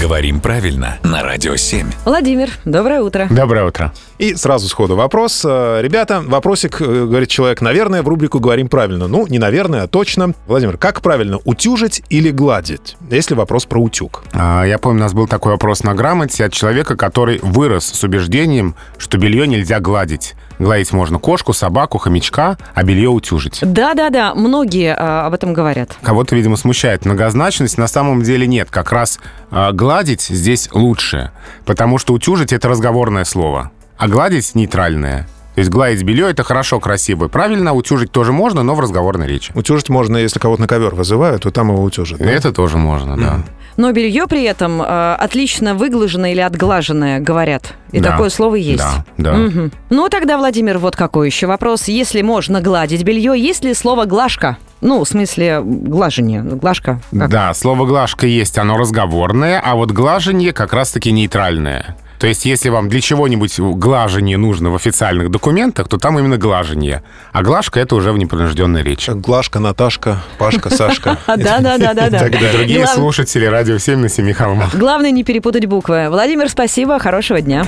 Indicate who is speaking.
Speaker 1: Говорим правильно на Радио 7.
Speaker 2: Владимир, доброе утро.
Speaker 3: Доброе утро.
Speaker 4: И сразу сходу вопрос. Э, Ребята, вопросик, э, говорит человек, наверное, в рубрику «Говорим правильно». Ну, не наверное, а точно. Владимир, как правильно, утюжить или гладить? Если вопрос про утюг.
Speaker 3: А, Я помню, у нас был такой вопрос на грамоте от человека, который вырос с убеждением, что белье нельзя гладить. Гладить можно кошку, собаку, хомячка, а белье утюжить.
Speaker 2: Да-да-да, многие а, об этом говорят.
Speaker 3: Кого-то, видимо, смущает многозначность. На самом деле нет. Как раз а, гладить здесь лучше, потому что утюжить — это разговорное слово, а гладить — нейтральное. То есть гладить белье — это хорошо, красиво и правильно, а утюжить тоже можно, но в разговорной речи.
Speaker 4: Утюжить можно, если кого-то на ковер вызывают, то там его утюжат. да?
Speaker 3: Это тоже можно, да.
Speaker 2: Но белье при этом а, отлично выглаженное или отглаженное, говорят. И
Speaker 3: Да.
Speaker 2: такое слово есть.
Speaker 3: Да, да.
Speaker 2: Мгм. Ну тогда, Владимир, вот какой еще вопрос. Если можно гладить белье, есть ли слово глажка? Ну, в смысле, глажение. Глажка. как?
Speaker 3: Да, слово «глажка» есть, оно разговорное, а вот глажение как раз-таки нейтральное. То есть, если вам для чего-нибудь глажение нужно в официальных документах, то там именно глажение. А глажка — это уже в непринужденной речи.
Speaker 4: Глашка, Наташка, Пашка, Сашка.
Speaker 2: А, Да-да-да-да-да.
Speaker 3: Другие
Speaker 2: Глав-
Speaker 3: слушатели «Радио 7» на семи холмах.
Speaker 2: Главное не перепутать буквы. Владимир, спасибо, хорошего дня.